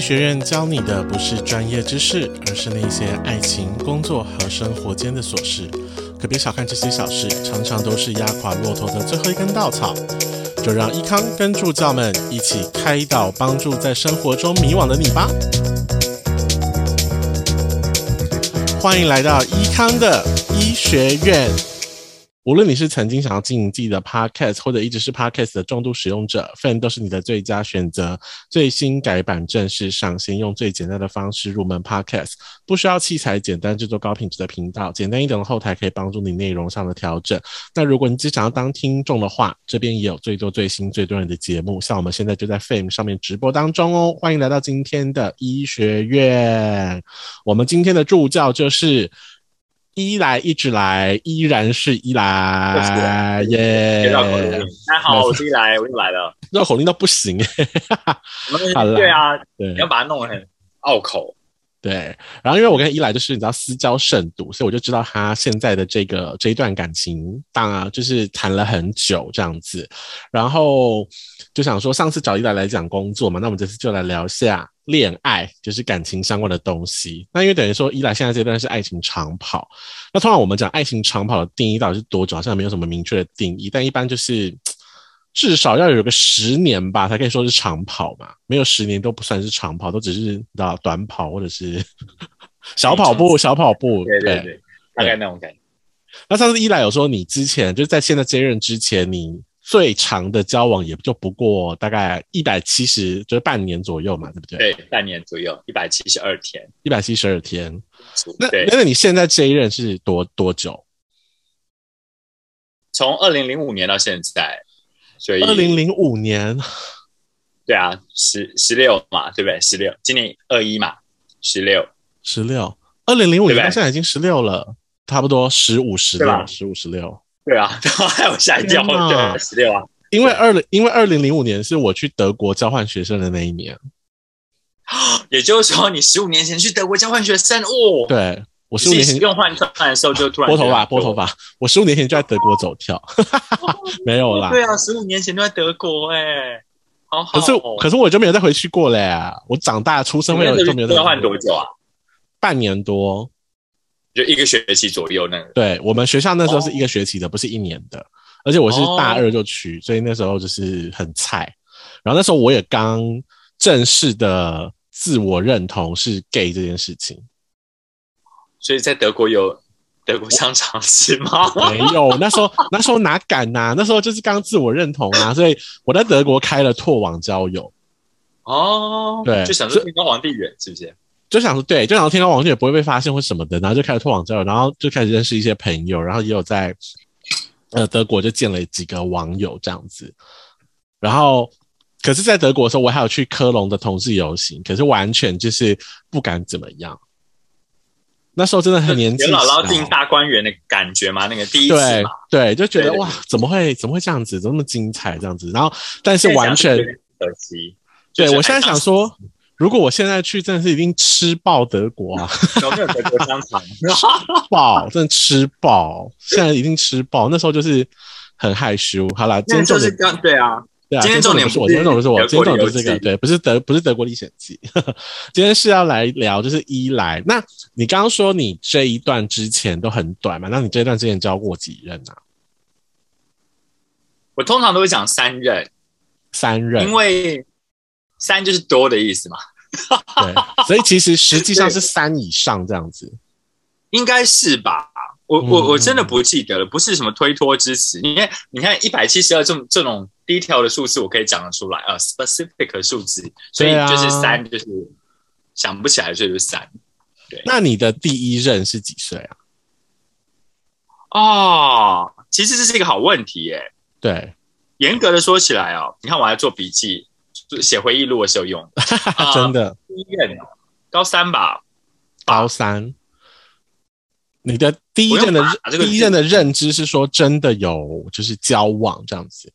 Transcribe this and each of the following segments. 学院教你的不是专业知识，而是那些爱情、工作和生活间的琐事。可别小看这些小事，常常都是压垮骆驼的最后一根稻草。就让一康跟助教们一起开导，帮助在生活中迷惘的你吧。欢迎来到一康的医学院。无论你是曾经想要经营自己的 podcast，或者一直是 podcast 的重度使用者，Fan 都是你的最佳选择。最新改版正式上线，用最简单的方式入门 podcast，不需要器材，简单制作高品质的频道，简单一点的后台可以帮助你内容上的调整。那如果你只想要当听众的话，这边也有最多最新最多人的节目，像我们现在就在 Fame 上面直播当中哦。欢迎来到今天的医学院，我们今天的助教就是一来一直来，依然是一 来耶，绕口令。大家好，我是一来，我又来了。绕口令到不行 欸好啦对啊，对你要把它弄得很拗口。对，然后因为我跟伊莱就是你知道私交甚笃，所以我就知道他现在的这个这一段感情，当然就是谈了很久这样子。然后就想说，上次找伊莱来讲工作嘛，那我们这次就来聊一下恋爱，就是感情相关的东西。那因为等于说伊莱现在这段是爱情长跑，那通常我们讲爱情长跑的定义到底是多久，好像没有什么明确的定义，但一般就是。至少要有个十年吧，才可以说是长跑嘛。没有十年都不算是长跑，都只是你知道短跑或者是 小跑步、小跑步。对对对，大概那种感觉。那上次一来有说，你之前就是在现在接任之前，你最长的交往也就不过大概一百七十，就是半年左右嘛，对不对？对，半年左右，一百七十二天。一百七十二天。那对，那你现在这一任是多多久？从二零零五年到现在，所以二零零五年，对啊，十十六嘛，对不对？十六，今年二一嘛，十六，十六，二零零五对年吧到现在已经十六了，差不多十五、十对吧六、十五、十六。对啊， 然后还有吓一跳，天哪对，十六啊，因为二零，因为二零零五年是我去德国交换学生的那一年，也就是说你十五年前去德国交换学生哦，对我我十五年前用换算的时候就突然拨头发，觉得拨头发，我十五年前就在德国走跳， 没有啦。对啊，十五年前就在德国哎、好好可哦。是可是我就没有再回去过嘞、我长大出你生会们有那就个没有再交换多久啊？半年多，就一个学期左右那个。对我们学校那时候是一个学期的，不是一年的，而且我是哦大二就去，所以那时候就是很菜。然后那时候我也刚正式的自我认同是 gay 这件事情。所以在德国有德国香肠吃吗？ 没有，那时候那时候哪敢呐、那时候就是刚自我认同啊，所以我在德国开了拓网交友，哦，对就想说天高皇帝远是不是？就想说对，就想说天高皇帝也不会被发现或什么的，然后就开始拓网交友，然后就开始认识一些朋友，然后也有在呃德国就见了几个网友这样子，然后。可是，在德国的时候，我还有去科隆的同志游行，可是完全就是不敢怎么样。那时候真的很年纪袁姥姥小进大观园的感觉嘛，那个第一次对嘛，对，就觉对得对哇，怎么会怎么会这样子，怎么那么精彩这样子？然后，但是现在想完全就觉得很可惜。对就是哎我现在想说，如果我现在去，真的是已经吃爆德国啊，有没有德国香 肠？爆，真的吃爆，现在已经吃爆。那时候就是很害羞。好啦，今天那重就是点刚对啊，对啊，今天重重点不是我，不今是天重点不是我，德今天国重的点不是这游个，记对，不是德不是德国历险记， 今天是要来聊就是一来。那你刚刚说你这一段之前都很短嘛？那你这一段之前交过几任啊？我通常都会讲三任，三任因，为三就是多的意思嘛，对，所以其实实 际上是三以上这样子。应该是吧。我嗯我我真的不记得了，不是什么推脱之词。你看，你看一百七十二这种这种 detail 的数字，我可以讲得出来啊，specific 的数字，所以对啊就是三，就是想不起来，所以就是三。那你的第一任是几岁啊？哦，其实这是一个好问题耶。对，严格的说起来哦，你看我还做笔记，写回忆录的时候 用。啊真的第一任哦高三吧，高三。你的第一我用任的把这个第一字任的认知是说真的有就是交往这样子，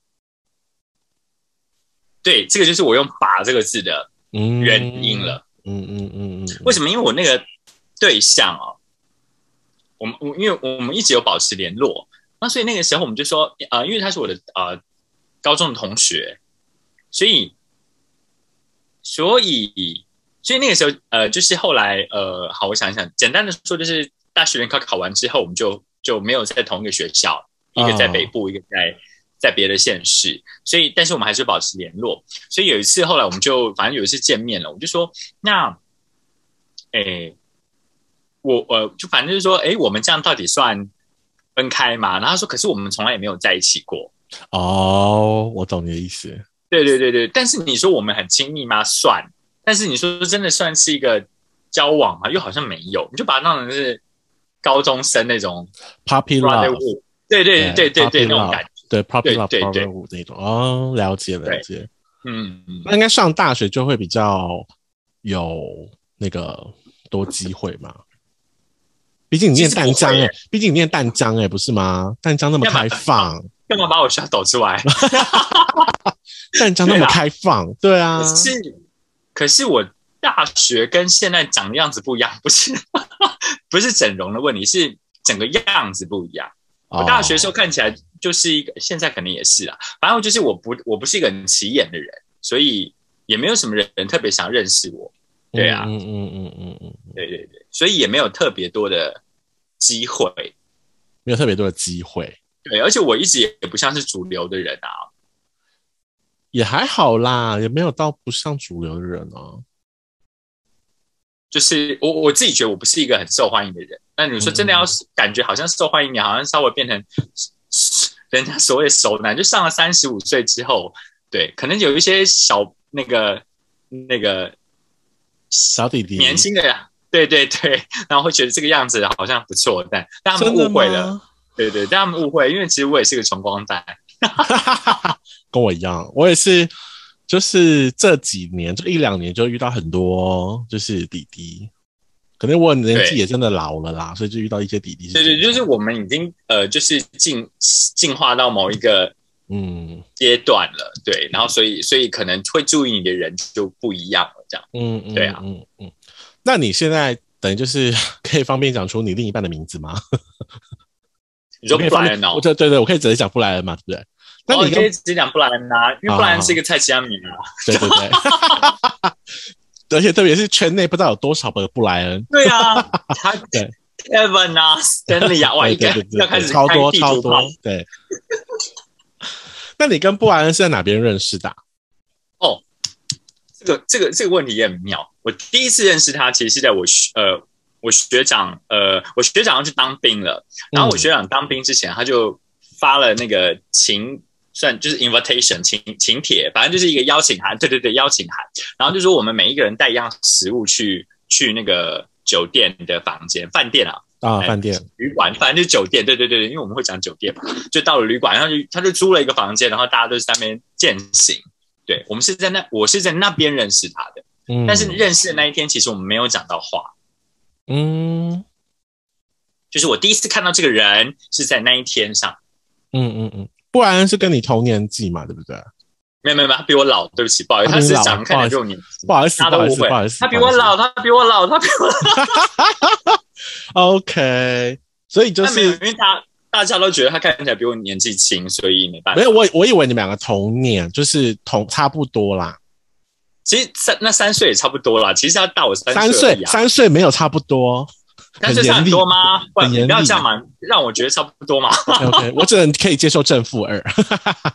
对，这个就是我用“把”这个字的嗯，原因了。嗯，嗯嗯嗯嗯，为什么？因为我那个对象哦，我们我因为我们一直有保持联络，那所以那个时候我们就说，呃，因为他是我的呃高中的同学，所以所以所以那个时候，呃，就是后来，呃，好，我想一想，简单的说，就是大学联考考完之后，我们就就没有在同一个学校，一个在北部，一个在在别的县市，所以但是我们还是保持联络。所以有一次，后来我们就反正有一次见面了，我就说，那，诶，我呃，就反正就是说，诶，我们这样到底算分开吗？然后他说，可是我们从来也没有在一起过。哦，我懂你的意思。对对对对，但是你说我们很亲密吗？算，但是你说真的算是一个交往吗？又好像没有，你就把它当成是高中生那种 Puppy love， brotherhood，对对对对对 puppy 那种 love 感觉，对 Puppy 对 love 对 p r o b 对 l e m 那种。哦，了解了对解。嗯，嗯那应该上大学就会比较有那个多机会嘛？毕竟你念其实不淡江会哎、耶毕竟你念淡江哎、不是吗？淡江那么干嘛开淡江放，干嘛把我笑抖出来？淡江那么对啊开放，对啊可。是，可是我大学跟现在长的样子不一样，不是 不是整容的问题，是整个样子不一样。我大学的时候看起来就是一个，现在可能也是啊。反正我就是我不我不是一个很起眼的人，所以也没有什么人特别想认识我。哦对啊嗯嗯嗯嗯嗯，对对对，所以也没有特别多的机会。没有特别多的机会，对，而且我一直也不像是主流的人啊。也还好啦，也没有到不像主流的人哦、就是我我自己觉得我不是一个很受欢迎的人。那你说真的要是感觉好像受欢迎，你好像稍微变成人家所谓的熟男，就上了三十五岁之后，对，可能有一些小那个那个小弟弟，年轻的呀，对对对，然后会觉得这个样子好像不错，但但他真们的误会吗了，，对对，但他们误会，因为其实我也是个穷光蛋，跟我一样，我也是，就是这几年这一两年就遇到很多就是弟弟，可能我年纪对也真的老了啦，所以就遇到一些弟弟。对对，就是我们已经呃，就是进进化到某一个嗯阶段了，对，然后所以所以可能会注意你的人就不一样了，这样。嗯嗯，对啊嗯嗯。那你现在等于就是 可以方便讲出你另一半的名字吗？你说我可以布方莱便恩哦我，对对对，我可以直接讲布莱恩嘛，对不对？那哦，你你跟可以直接讲布莱恩啊，因为布莱恩是一个菜市场名啊。对对对，而且特别是圈内不知道有多少个布莱恩，对啊， 他对 Kevin 啊，Stanley 啊，哇，对应对该对对，要开始超多开地超图炮多，对。 那你跟布莱恩是在哪边认识的啊、这个这个这个问题也很妙。我第一次认识他，其实是在我学呃我学长呃我学长要去当兵了，然嗯后我学长当兵之前，他就发了那个请算就是 invitation 请请帖，反正就是一个邀请函，对对对，邀请函。然后就说我们每一个人带一样食物去去那个酒店的房间饭店啊，啊，哎饭店，旅馆，反正就是酒店，对对对，因为我们会讲酒店嘛，就到了旅馆，然后就他就租了一个房间，然后大家都是在那边践行。对我们是在那，我是在那边认识他的，嗯但是认识的那一天，其实我们没有讲到话，嗯嗯就是我第一次看到这个人是在那一天上，嗯嗯，布莱恩是跟你同年纪嘛，对不对？没有没有没有，他比我老，对不起，不好意思，他他比是你老长得看起来就有年纪不，好意思，大家不好都意误思，会不好意思，他比我不好意老，他比我老，他比我老，思。OK，所以就但没有，是因为大大家都觉得他看起来比我年纪轻，所以没办没法。有我，我以为你们两个同年，就是同差不多啦，其实三那三岁也差不多啦，其实他大我三三岁而岁已啊，三岁没有差不多。但是差很多吗？不很然严厉啊你不要这样嘛，让我觉得差不多嘛。 OK，我只能可以接受正负二。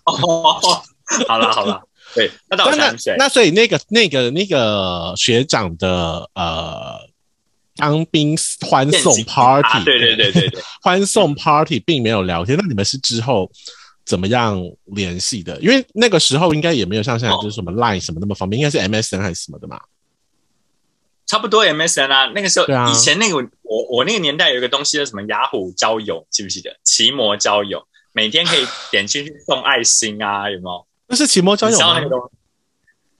哦，好了好了，对，那到我那三岁，那所以那个那个那个学长的呃当兵欢电送击啊 party，对对对对对，欢送 party 并没有聊天，那你们是之后怎么样联系的？因为那个时候应该也没有像现在哦就是什么 Line 什么那么方便，应该是 MSN 还是什么的嘛。差不多 MSN 啊。那个时候对啊，以前那个我我那个年代有一个东西叫什么雅虎交友，记不记得？奇摩交友，每天可以点进去送爱心啊，有没有？那是奇摩 交你友知道那吗个？东西？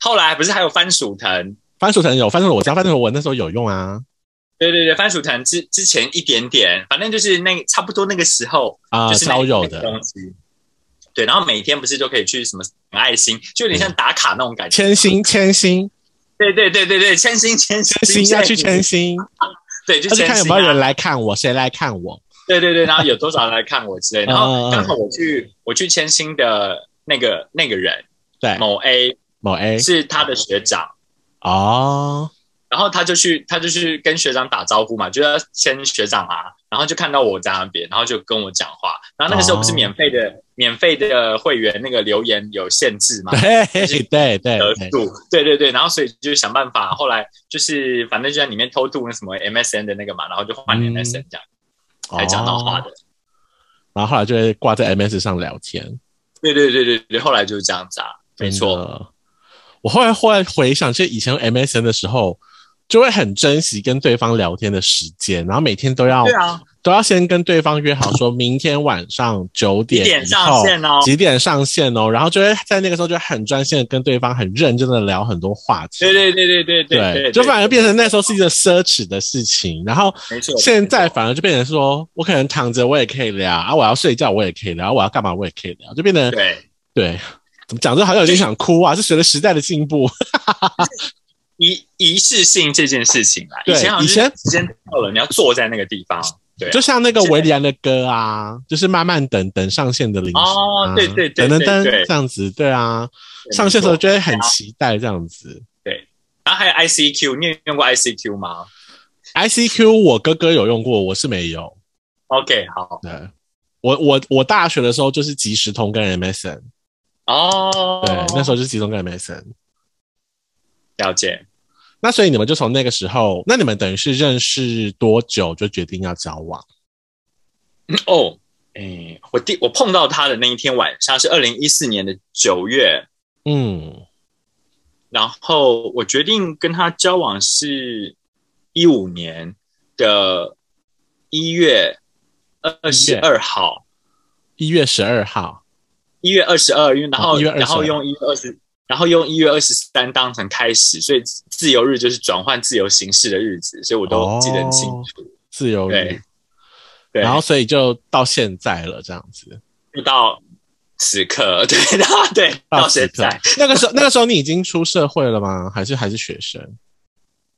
后来不是还有番薯藤？番薯藤有，番薯藤我知道，番薯藤我那时候有用啊对对对，番薯藤之之前一点点，反正就是那差不多那个时候，啊、就是那交友那个的东西。对，然后每天不是就可以去什么爱心，就有点像打卡那种感觉。嗯千星千星对对对对对，千星千星千星要去千，星，对，就要去千看有星、没啊。有人来看我，谁来看我？对对对，然后有多少人来看我之类。然嗯嗯嗯后刚好我去我去千星的那个那个人对，哎某 A 某 A 是他的学长，哦，然后他就去，他就去跟学长打招呼嘛，就要签学长啊，然后就看到我在那边，然后就跟我讲话。然后那个时候不哦是免费的，免费的会员那个留言有限制嘛， 对对对得对，度，对对对，然后所以就想办法，后来就是反正就在里面偷渡那什么 MSN 的那个嘛，然后就换嗯 MSN 这样、才讲到话的。哦然后后来就会挂在 MS 上聊天，对对对对对，后来就是这样子啊，没错，真的。我后来后来回想，其实以前用 MSN 的时候，就会很珍惜跟对方聊天的时间，然后每天都要、对啊，都要先跟对方约好，说明天晚上九几点点以后上线哦？几点上线哦，然后就会在那个时候就很专心的跟对方很认真的聊很多话题。对对对对对对对，就反而变成那时候是一个奢侈的事情，然后没错，现在没错反而就变成说我可能躺着我也可以聊啊，我要睡觉我也可以聊，啊我要干嘛我也可以聊，就变得对。对，怎么讲？这好像有点想哭啊！是随着时代的进步，仪仪式性这件事情啦，对以前好像以前是时间到了，你要坐在那个地方。对啊就像那个维里安的歌啊，就是慢慢等等上线的铃声、啊、哦对对等对等对等对这样子，对啊，对上线的时候没错就会很期待这样子。然后还有 ICQ，你有用过 ICQ 吗 ICQ 我哥哥有用过，我是没有。 ？OK，好对，我我我大学的时候就是即时通跟 MSN，哦，对，那时候就是即时通跟 MSN。了解。那所以你们就从那个时候，那你们等于是认识多久就决定要交往？哦，诶，我第我碰到他的那一天晚上是二零一四年的九月，嗯，然后我决定跟他交往是一五年的一月二十二号，一月十二号，一月二十二，因为然后、哦1月22然后用一月二十，然后用一月二十三当成开始，所以自由日就是转换自由形式的日子，所以我都记得很清楚。自由日对。对，然后所以就到现在了，这样 子。就到此刻， 对，然后对到现在，此刻那个时候，那个时候你已经出社会了吗？还是还是学生？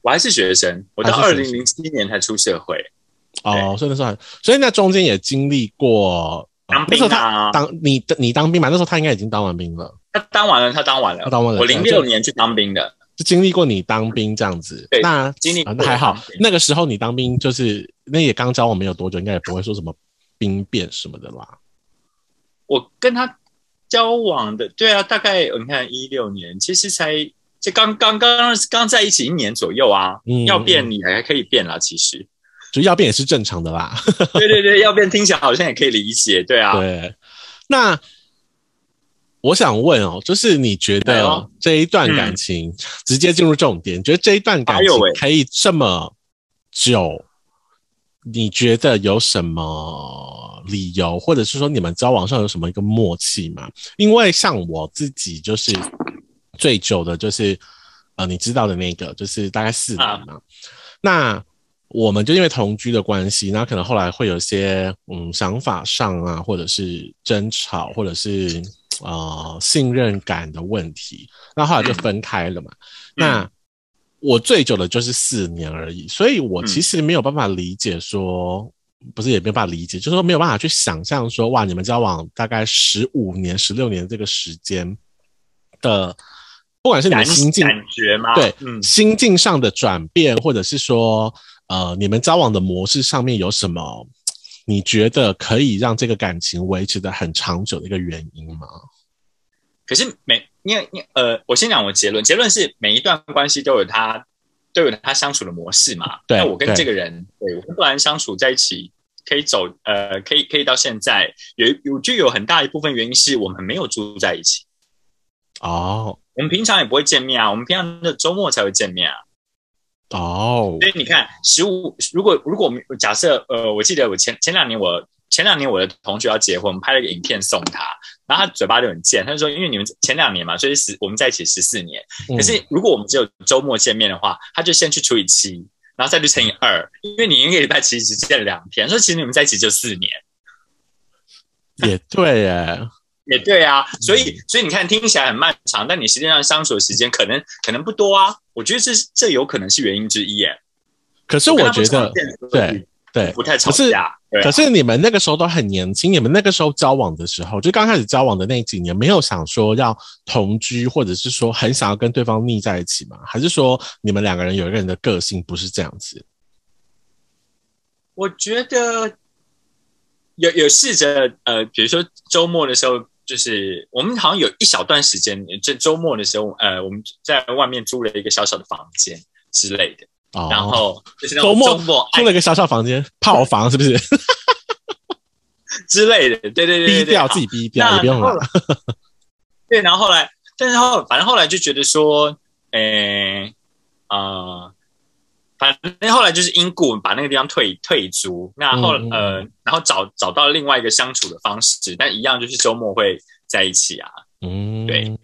我还是学生，我到还二是学零生零七年才出社会，哦，所以那时候还，所以那中间也经历过。呃当那时候兵啊他当你你当兵嘛，那时候他应该已经当完兵了，他当完了，他当完了，他当完了我零六年去当兵的，就经历过你当兵这样子。对那经历过啊那还好当兵，那个时候你当兵就是那也刚交往没有多久，应该也不会说什么兵变什么的啦。我跟他交往的，对啊，大概你看一六年，其实才这刚刚刚刚在一起一年左右啊，嗯要变你还可以变啦，其实，就要变也是正常的啦。对对对，要变听起来好像也可以理解，对啊， 对，那我想问哦，就是你觉哎得呦嗯这一段感情、直接进入重点，你觉得这一段感哎情呦喂可以这么久？你觉得有什么理由，或者是说你们交往上有什么一个默契吗？因为像我自己就是最久的，就是呃，你知道的那个，就是大概四年啊嘛。那我们就因为同居的关系，然后可能后来会有一些嗯想法上啊，或者是争吵，或者是呃信任感的问题，那后来就分开了嘛。嗯那我最久的就是四年而已，所以嗯我其实没有办法理解说，不是也没有办法理解，就是说没有办法去想象说，哇，你们交往大概十五年、十六年这个时间的，不管是你感们心境感觉嘛，对嗯，心境上的转变，或者是说，呃，你们交往的模式上面有什么？你觉得可以让这个感情维持的很长久的一个原因吗？可是每因为因为呃，我先讲我结论，结论是每一段关系都有他都有他相处的模式嘛。对那我跟对这个人，对我跟布兰相处在一起，可以走呃，可以可以到现在，有一有就有很大一部分原因是我们没有住在一起，哦我们平常也不会见面啊，我们平常的周末才会见面啊。哦所以你看，十五如果如果我们假设呃，我记得我前前两年我前两年我的同学要结婚，我们拍了一个影片送他，然后他嘴巴就很贱，他就说因为你们前两年嘛，所以十我们在一起十四年。嗯，可是如果我们只有周末见面的话，他就先去除以七，然后再去乘以二，因为你一个礼拜其实只见了两天，所以其实你们在一起就四年。嗯也对耶，也对啊，嗯所以所以你看听起来很漫长，但你实际上相处的时间可能可能不多啊。我觉得这是这有可能是原因之一耶。可是我跟他觉不得常见所以对，对，不太吵可是架。对啊可是你们那个时候都很年轻，你们那个时候交往的时候，就刚开始交往的那几年，没有想说要同居，或者是说很想要跟对方腻在一起吗？还是说你们两个人有一个人的个性不是这样子？我觉得有有试着呃，比如说周末的时候，就是我们好像有一小段时间，这周末的时候，呃，我们在外面租了一个小小的房间之类的，哦，然后就是那周种末周末租了一个小小房 间，炮房是不是？之类的，对对对 逼对对，掉啊好自己逼掉，那也不用后了。来 对，然后后来，但是后反正后来就觉得说，诶、啊、反正后来就是因故把那个地方退退租，那后、嗯嗯呃，然后找找到另外一个相处的方式，但一样就是周末会在一起啊，嗯，对，嗯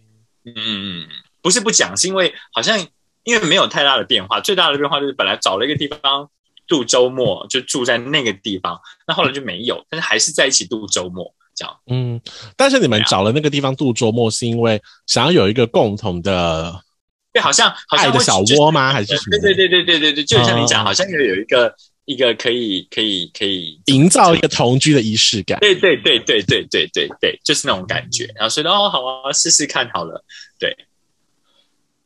嗯，嗯不是不讲，是因为好像因为没有太大的变化，最大的变化就是本来找了一个地方度周末，就住在那个地方，那后来就没有，但是还是在一起度周末这样。嗯。但是你们找了那个地方度周末，是因为想要有一个共同的对，好像好像爱的会小就是窝吗？还是什么？对对对对对对对，就像你讲，哦好像有有一个一个可以可以可以，营造一个同居的仪式感。对对对对对对对对，就是那种感觉。嗯然后说哦，好啊，试试看好了。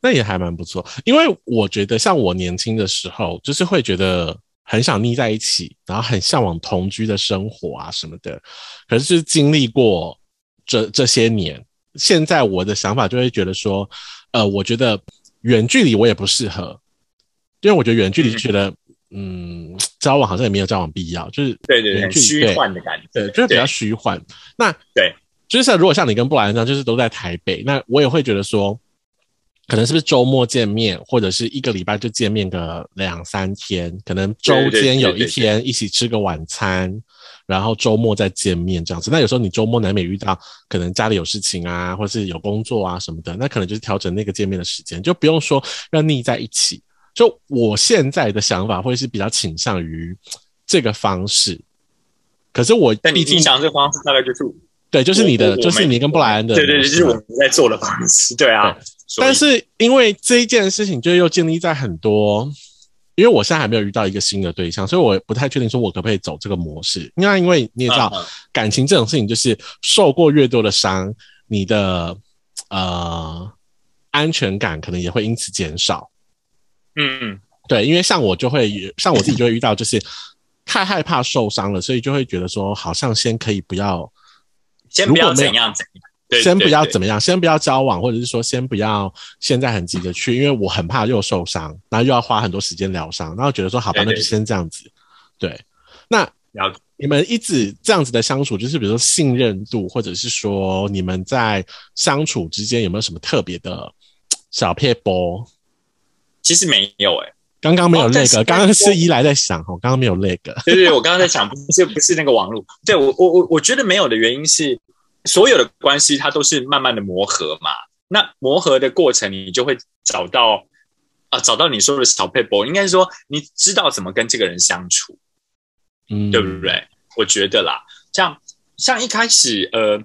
那也还蛮不错，因为我觉得像我年轻的时候，就是会觉得很想腻在一起，然后很向往同居的生活啊什么的。可是就是经历过这这些年，现在我的想法就会觉得说，呃，我觉得远距离我也不适合，因为我觉得远距离就觉得，嗯，交往好像也没有交往必要，就是对对对，很去虚幻的感觉。对，就是比较虚幻。那对，就是像如果像你跟布莱恩这样，就是都在台北，那我也会觉得说，可能是不是周末见面，或者是一个礼拜就见面个两三天，可能周对对间对有对一对天一起吃个晚餐。然后周末再见面这样子，那有时候你周末难免遇到可能家里有事情啊，或是有工作啊什么的，那可能就是调整那个见面的时间，就不用说要腻在一起。就我现在的想法会是比较倾向于这个方式，可是我但毕你你竟想这方式大概就是对，就是你的，我我就是你跟布莱恩的，对对对，就是我。们在做的方式。对啊，所以但是因为这一件事情，就又建立在很多，因为我现在还没有遇到一个新的对象，所以我不太确定说我可不可以走这个模式。那因为你也知道，嗯嗯感情这种事情就是受过越多的伤，你的呃安全感可能也会因此减少。嗯嗯对，因为像我就会，像我自己就会遇到，就是太害怕受伤了，所以就会觉得说，好像先可以不要先不如要果没有怎样怎样，对先不要怎么么样，先不要交往，或者是说先不要现在很急着去，因为我很怕又受伤，然后又要花很多时间疗伤，然后觉得说好吧，对对那就先这样子。对，那了解你们一直这样子的相处，就是比如说信任度，或者是说你们在相处之间有没有什么特别的小撇波？其实没有哎、刚刚没有哦那但是个，刚刚是依来在想哦，刚刚没有那个，对对，对我刚刚在想，不是不是那个网络，对我我我我觉得没有的原因是，所有的关系它都是慢慢的磨合嘛。那磨合的过程，你就会找到啊、找到你说的小 p a 应该是说你知道怎么跟这个人相处，嗯，对不？对？我觉得啦，像像一开始呃，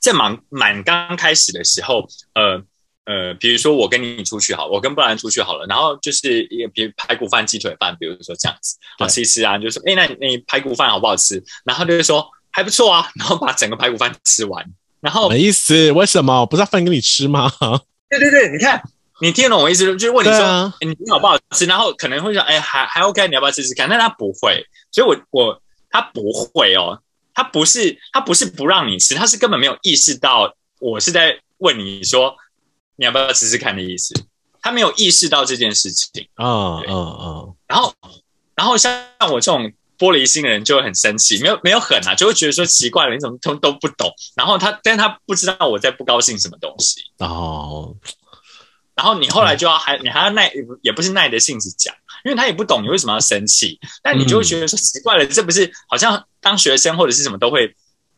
在满满刚开始的时候，呃。呃，比如说我跟你出去好，我跟布兰出去好了，然后就是一个比如排骨饭、鸡腿饭，比如说这样子，对好吃一吃啊，你就说，哎、那你那你排骨饭好不好吃？然后他就会说还不错啊，然后把整个排骨饭吃完，然什后么意思？为什么不是要分给你吃 吗？对对对，你看你听懂我意思，就是问你对说、啊，诶你好不好吃，然后可能会说，哎、还还 OK，你要不要试试看？但他不会，所以我我他不会哦，他不是他不是不让你吃，他是根本没有意识到我是在问你说你要不要试试看的意思，他没有意识到这件事情。嗯对嗯嗯，然后，然后像我这种玻璃心的人就会很生气，没有没有狠啊，就会觉得说奇怪了，你怎么都都不懂？然后他，但他不知道我在不高兴什么东西。然后然后你后嗯来就要还你还要耐，也不是耐着性子讲，因为他也不懂你为什么要生气，但你就会觉得说嗯奇怪了，这不是好像当学生或者是什么都会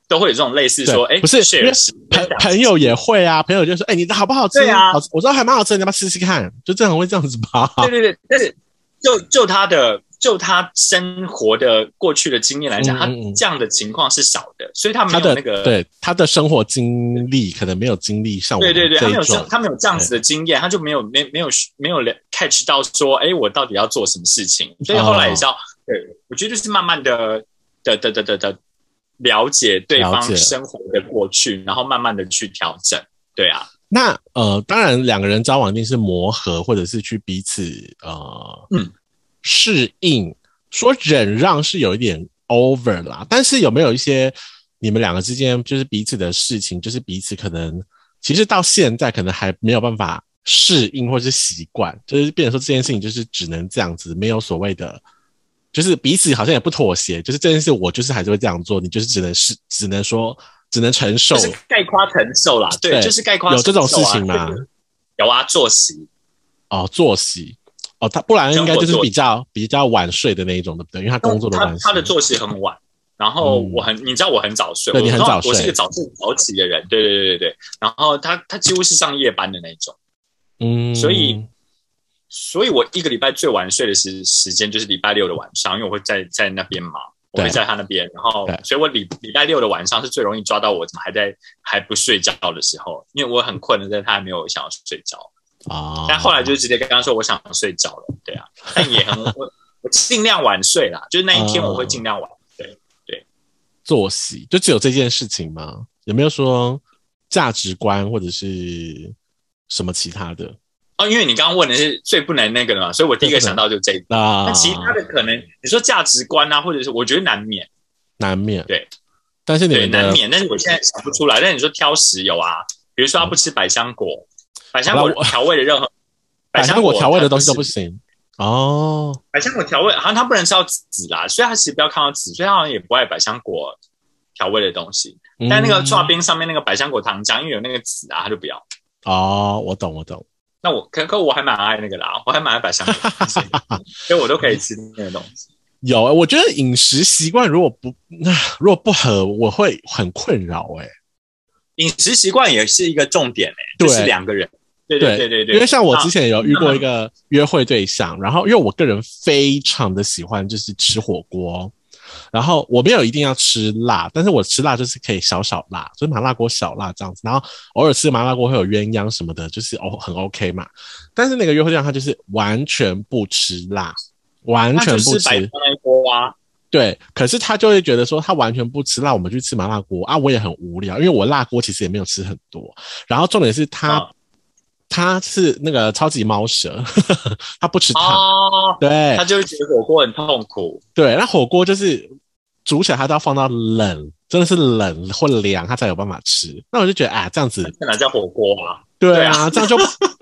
都会有这种类似说，对哎，不是血因为型朋朋友也会啊，朋友就说：“哎、你的好不好吃？对啊好吃，我知道还蛮好吃，你要不要吃吃看？”就正常会这样子吧。对对对，但是就就他的就他生活的过去的经验来讲，嗯他嗯嗯这样的情况是少的，所以啊他没他有的那个对他的生活经历可能没有经历像我对们对对，他这没有一这种，他没有这样子的经验，他哦就没有没没有没有了 catch 到说，哎，我到底要做什么事情？所以后来也是要对，我觉得就是慢慢的的的的的的了解对了方解生活的过去，然后慢慢的去调整。对啊，那呃，当然两个人交往一定是磨合，或者是去彼此呃，嗯，适应。说忍让是有一点 over 啦，但是有没有一些你们两个之间就是彼此的事情，就是彼此可能其实到现在可能还没有办法适应或是习惯，就是变成说这件事情就是只能这样子，没有所谓的。就是彼此好像也不妥协，就是这件事我就是还是会这样做，你就是只能是只能说只能承受就，是概括承受啦，对，对就是概括有这种承受事啊情吗？就是有啊，作息哦，作息哦，他不然应该就是比较比较晚睡的那一种，对不对？因为他工作的嗯他关系，他的作息很晚，然后嗯我很，你知道我很早睡，对我你很知早道睡我是一个早睡早起的人，对对对对对。然后他他几乎是上夜班的那种，嗯，所以所以我一个礼拜最晚睡的时时间就是礼拜六的晚上，因为我会在在那边嘛，我对会在他那边，然后对所以我礼礼拜六的晚上是最容易抓到我怎么还在还不睡觉的时候，因为我很困了，但他还没有想要睡觉。啊，但后来就直接跟他说我想睡觉了，对啊，但也很 我我尽量晚睡啦，就是那一天我会尽量晚睡。作息就只有这件事情吗？有没有说价值观或者是什么其他的？哦，因为你刚刚问的是最不能哦那个的嘛，所以我第一个想到就这一个。那那其他的可能你说价值观啊，或者是我觉得难免难免对，但是你对们难的免，但是我现在想不出来。但你说挑食有啊，比如说他不吃百香果，百香果好吧我调味的任何 百香果调味的东西都不不吃，行哦，百香果调味好像他不能吃到籽啦，所以他其实不要看到籽，所以他好像也不爱百香果调味的东西。但那个嗯刨冰上面那个百香果糖浆，因为有那个籽啊，他就不要。哦，我懂我懂，那我可可我还蛮爱那个啦，我还蛮爱百香果的， 所以所以我都可以吃那个东西。有，我觉得饮食习惯如果不 如果不合，我会很困扰哎、饮食习惯也是一个重点诶、对就是两个人。对对对对对，啊因为像我之前前有遇过一个约会对象，然后因为我个人非常的喜欢就是吃火锅，然后我没有一定要吃辣，但是我吃辣就是可以小小辣，就是麻辣锅小辣这样子，然后偶尔吃麻辣锅会有鸳鸯什么的，就是哦很 OK 嘛。但是那个约会对象他就是完全不吃辣，完全不白吃饭，那一锅啊，对，可是他就会觉得说，他完全不吃辣，我们去吃麻辣锅啊，我也很无聊，因为我辣锅其实也没有吃很多。然后重点是他，嗯他是那个超级猫舌， 他不吃烫，哦，对他就会觉得火锅很痛苦。对。那火锅就是煮起来，他都要放到冷，真的是冷或凉，他才有办法吃。那我就觉得，哎，这样子这哪叫火锅啊？对对啊，这样就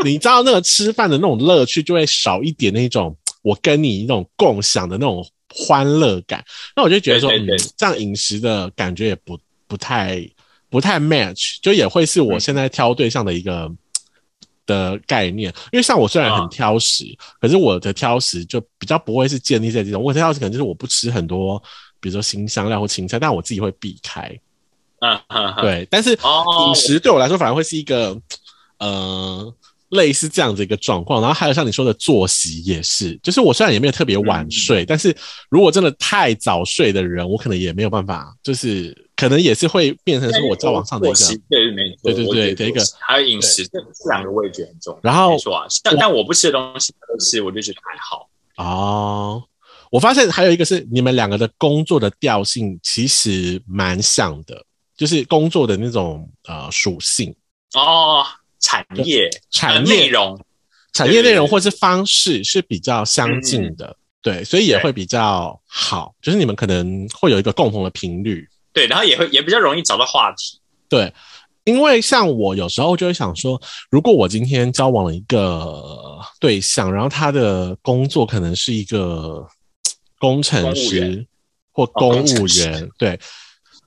你知道那个吃饭的那种乐趣就会少一点那种我跟你那种共享的那种欢乐感。那我就觉得说，对对对嗯，这样饮食的感觉也不不太不太 match，就也会是我嗯现在挑对象的一个。的概念，因为像我虽然很啊挑食，可是我的挑食就比较不会是建立在这种，我的挑食可能就是我不吃很多，比如说新香料或青菜，但我自己会避开。嗯嗯，嗯，对，但是哦饮食对我来说反而会是一个呃类似这样子一个状况。然后还有像你说的作息也是，就是我虽然也没有特别晚嗯睡，但是如果真的太早睡的人，我可能也没有办法，就是可能也是会变成是我交往上的一作息个。对没错，对对对我觉得的一个作息还有饮食，这这两个我也觉得很重要。然后没错啊，但但我不吃的东西都是，我就觉得还好。哦，我发现还有一个是你们两个的工作的调性其实蛮像的，就是工作的那种呃属性、哦，产业、呃产内业、容，产业内容或是方式是比较相近嗯的，对，所以也会比较好，就是你们可能会有一个共同的频率，对，然后也会也比较容易找到话题。对。因为像我有时候就会想说，如果我今天交往了一个对象，然后他的工作可能是一个嘖工程公务师员或公哦工程务师员，对，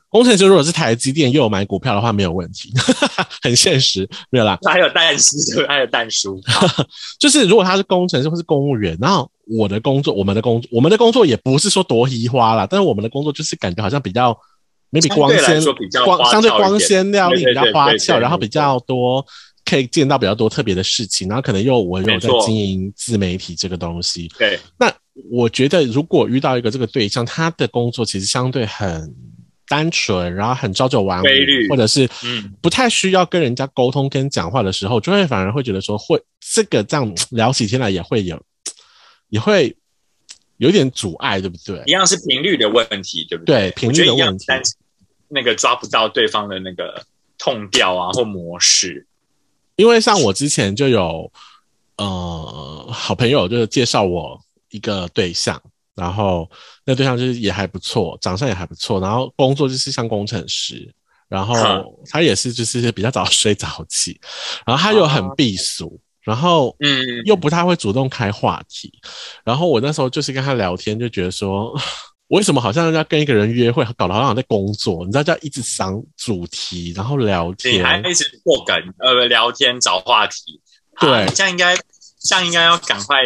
工程师如果是台积电又有买股票的话，没有问题， 很现实，没有啦。还有蛋叔，对还有蛋叔，就是如果他是工程师或是公务员，然后我的工作，我们的工作，我们的工作也不是说多移花啦，但是我们的工作就是感觉好像比较 maybe 相光对来鲜说比较光花相对俏一光点鲜亮丽，对对比较对花对俏，对然后没比较多可以见到比较多特别的事情，然后可能又我有没在错经营自媒体这个东西，对，那我觉得，如果遇到一个这个对象，他的工作其实相对很单纯，然后很朝九晚五规，律或者是嗯不太需要跟人家沟通、跟讲话的时候，就会哎反而会觉得说会这个这样聊起天来也会有，也会有点阻碍，对不对一？样是频率的问题，对不对，我频觉率得的一样问，题。但是那个抓不到对方的那个痛调啊或模式。因为像我之前就有呃好朋友就是介绍我一个对象，然后那对象就是也还不错，长相也还不错，然后工作就是像工程师，然哼后他也是就是比较早睡早起，然后他又哦很避俗，然后嗯，又不太会主动开话题，然后我那时候就是跟他聊天，就觉得说。 为什么好像要跟一个人约会，搞得好像在工作？你知道，就要一直想主题，然后聊你天，还一直破梗，呃，聊天找话题。啊对你这样应该，这样应该要赶快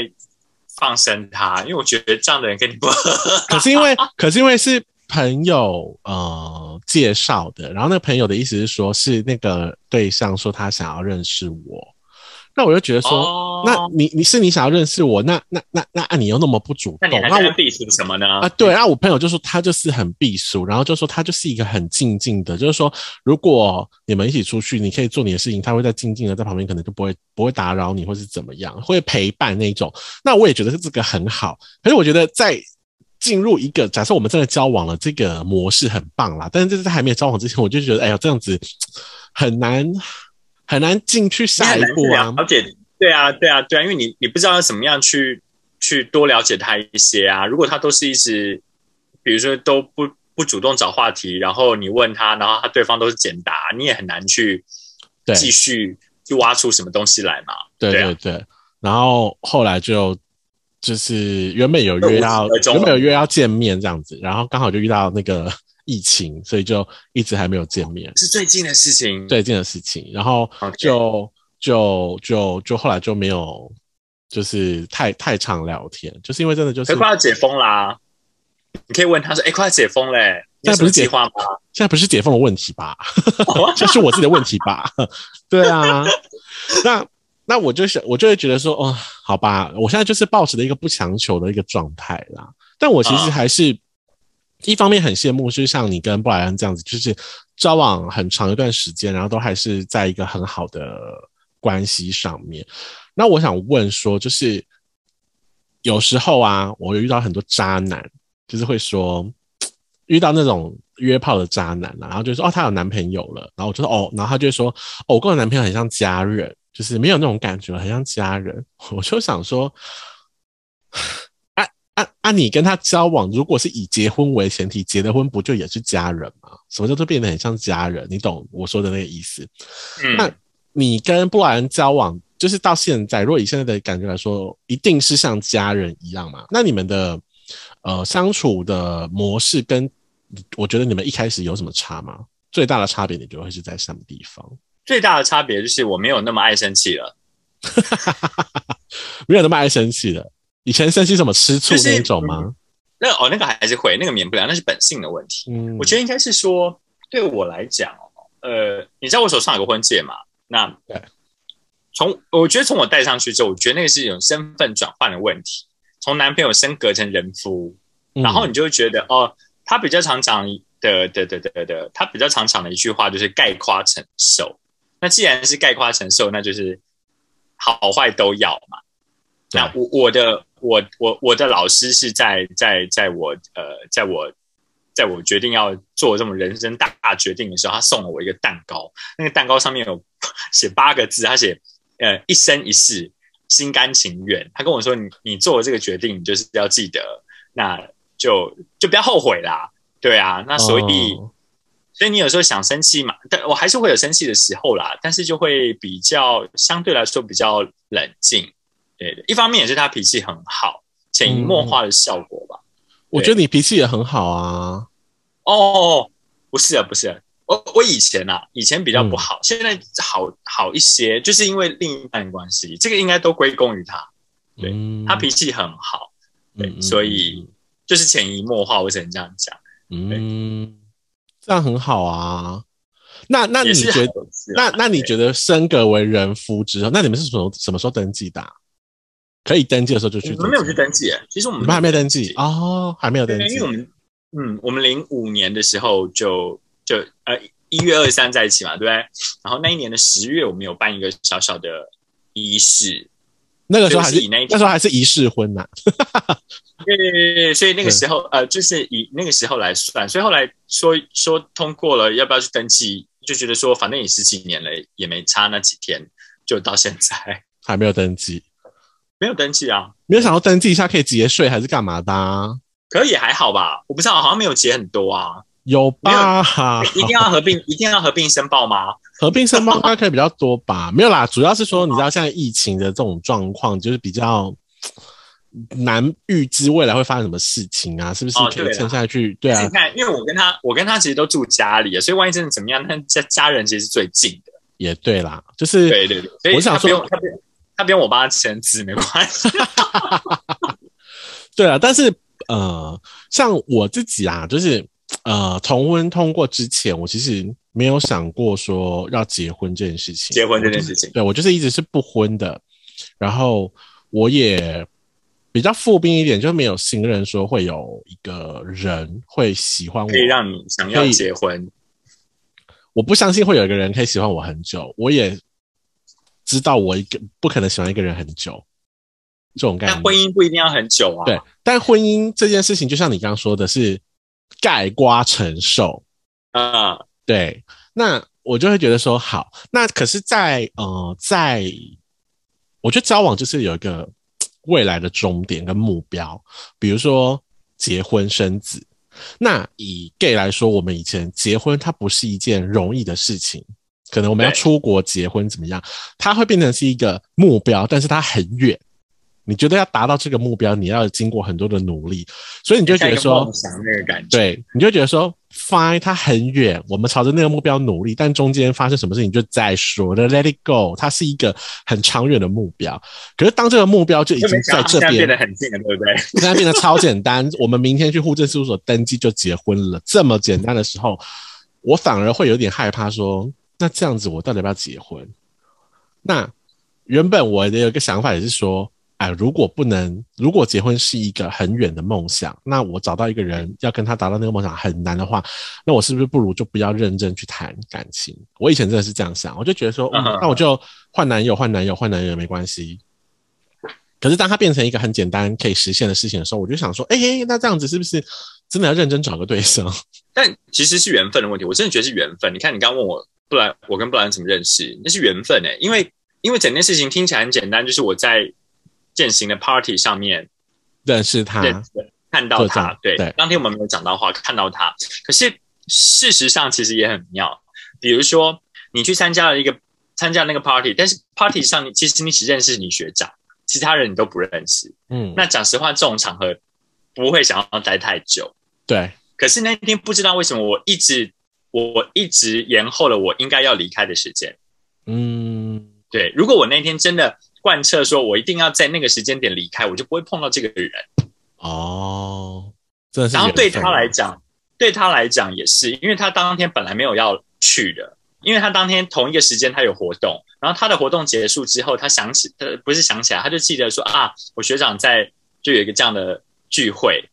放生他，因为我觉得这样的人跟你不合。可是因为，可是因为是朋友呃介绍的，然后那个朋友的意思是说，是那个对象说他想要认识我，那我就觉得说，哦那你你是你想要认识我，那那那那、啊你又那么不主那动，你还哦那在我避暑什么呢？啊，对啊，我朋友就说他就是很避暑，然后就说他就是一个很静静的，就是说如果你们一起出去，你可以做你的事情，他会在静静的在旁边，可能就不会不会打扰你，或是怎么样，会陪伴那种。那我也觉得这个很好，可是我觉得在。进入一个假设我们真的交往了，这个模式很棒啦。但是就是在还没有交往之前，我就觉得，哎呀，这样子很难很难进去你下很一难去步啊。了解，对啊，对啊，对啊，因为你你不知道要怎么样去去多了解他一些啊。如果他都是一直，比如说都不不主动找话题，然后你问他，然后他对方都是简答，你也很难去对继续去挖出什么东西来嘛。对对对啊对，然后后来就就是原本有约要就无疾而终原本有约要见面这样子，然后刚好就遇到那个疫情，所以就一直还没有见面是最近的事情，最近的事情，然后嗯 OK 就就就就后来就没有就是太太常聊天，就是因为真的就是可快要解封啦、你可以问他说：“哎、快要解封嘞、你有那什不么是解计划吗现在不是解封的问题吧？哦 这是我自己的问题吧？ 对啊，那那我就想，我就会觉得说，哦，好吧，我现在就是抱持的一个不强求的一个状态啦。但我其实啊还是、一方面很羡慕，就是像你跟布莱恩这样子，就是交往很长一段时间，然后都还是在一个很好的关系上面。那我想问说，就是有时候啊，我有遇到很多渣男，就是会说遇到那种约炮的渣男啊，然后就说哦，她有男朋友了，然后我就说哦，然后他就会说哦，我跟我男朋友很像家人，就是没有那种感觉，很像家人。 我就想说，啊啊啊，你跟他交往，如果是以结婚为前提，结了婚不就也是家人吗？什么叫做变得很像家人？你懂我说的那个意思？？”那嗯，你跟布莱恩交往，就是到现在，如果以现在的感觉来说，一定是像家人一样嘛？那你们的呃相处的模式跟我觉得你们一开始有什么差吗？最大的差别你觉得会是在什么地方？最大的差别就是我没有那么爱生气了，没有那么爱生气的，以前生气什么吃醋就是那一种吗？那哦，那个还是会，那个免不了，那是本性的问题。嗯，我觉得应该是说，对我来讲哦，呃，你知道我手上有个婚戒嘛？那对从我觉得从我戴上去之后，我觉得那个是一种身份转换的问题，从男朋友升格成人夫，得然后你就会觉得哦，他比较常讲的的的的的的，他比较常讲的一句话就是概括承受。那既然是概括承受，那就是好坏都要嘛。对那我我的我我我的老师是在在在我呃在我在我决定要做这种人生大决定的时候，他送了我一个蛋糕，那个蛋糕上面有 写八个字，他写呃一生一世，心甘情愿。他跟我说你你做了这个决定，你就是要记得，那就就不要后悔啦。对啊，那所以、哦所以你有时候想生气嘛，但我还是会有生气的时候啦，但是就会比较相对来说比较冷静。对的，一方面也是他脾气很好，潜移默化的效果吧。我觉得你脾气也很好啊，哦，不是啊，不是啊，我我以前啊，以前比较不好，现在好好一些，就是因为另一半关系，这个应该都归功于他，对嗯他脾气很好，对嗯嗯所以就是潜移默化，我只能这样讲。嗯，这样很好啊。那那你也是觉得好事那啊那你对觉得升格为人夫之后，那你们是什么什么时候登记的啊、可以登记的时候就去登记，我们没有去登记耶，其实我你们们还没有登记哦，还没有登对，因记为我们嗯，我们零五年的时候就就呃一月二三在一起嘛，对不对？然后那一年的十月，我们有办一个小小的仪式，那个时候还所以是以那一那时候还是仪式婚啊呐、对对对对，所以那个时候呃，就是以那个时候来算，所以后来说说通过了，要不要去登记，就觉得说反正也十几年了，也没差那几天，就到现在还没有登记，没有登记啊。没有想到登记一下可以节税还是干嘛的、啊？可也还好吧，我不知道，好像没有结很多啊。有吧？一定要合并， 一定要合并申报吗？合并申报应该可以比较多吧？ 没有啦，主要是说你知道现在疫情的这种状况，就是比较难预知未来会发生什么事情啊，是不是哦可对以啦撑下去？对你啊，看，因为我跟他，我跟他其实都住家里，所以万一真的怎么样， 他家家人其实是最近的。也对啦，就是对对对，所以我想他不说用他不用他不用我帮他签字，没关系。 对啊，但是呃，像我自己啊，就是呃，同婚通过之前，我其实没有想过说要结婚这件事情。结婚这件事情，对我就是一直是不婚的，然后我也比较复兵一点，就没有信任说会有一个人会喜欢我可，以让你想要可以结婚，我不相信会有一个人可以喜欢我很久，我也知道我一个不可能喜欢一个人很久，这种概念。但婚姻不一定要很久啊。对，但婚姻这件事情，就像你刚刚说的是盖瓜承受，嗯，对，那我就会觉得说好，那可是在，呃，在我觉得交往就是有一个嘖未来的终点跟目标，比如说结婚生子。那以 gay 来说，我们以前结婚它不是一件容易的事情，可能我们要对出国结婚怎么样，它会变成是一个目标，但是它很远。你觉得要达到这个目标，你要经过很多的努力，所以你就觉像一得个说梦，想那个感觉。对，你就觉得说，fine，它很远，我们朝着那个目标努力，但中间发生什么事情就再说了，let it go，它是一个很长远的目标。可是当这个目标就已就经没想在到这现在边变，得很近了，对不对？现在变得超简单，我们明天去户政事务所登记就结婚了，这么简单的时候，我反而会有点害怕说，那这样子我到底要不要结婚？那原本我也有一个想法，也是说，哎，如果不能，如果结婚是一个很远的梦想，那我找到一个人要跟他达到那个梦想很难的话，那我是不是不如就不要认真去谈感情？我以前真的是这样想，我就觉得说，嗯嗯嗯嗯，那我就换男友，换男友，换男友也没关系。可是当它变成一个很简单可以实现的事情的时候，我就想说，哎、那这样子是不是真的要认真找个对象？但其实是缘分的问题，我真的觉得是缘分。你看，你刚问我布兰，我跟布兰怎么认识，那是缘分哎、因为因为整件事情听起来很简单，就是我在践行的 party 上面 认识他，认识的、看到就这他样，对，对当天我们没有讲到话，看到他。可是事实上其实也很妙，比如说你去参加了一个参加那个 party，但是 party 上你其实你只认识你学长，其他人你都不认识。嗯，那讲实话，这种场合不会想要待太久。对，可是那天不知道为什么，我一直我一直延后了我应该要离开的时间。嗯，对，如果我那天真的贯彻说我一定要在那个时间点离开，我就不会碰到这个人。哦，真的是。然后对他来，讲，对他来讲也是，因为他当天本来没有要去的，因为他当天同一个时间他有活动，然后他的活动结束之后，他想起，他不是想起来，他就记得说啊，我学长在就有一个这样的聚会，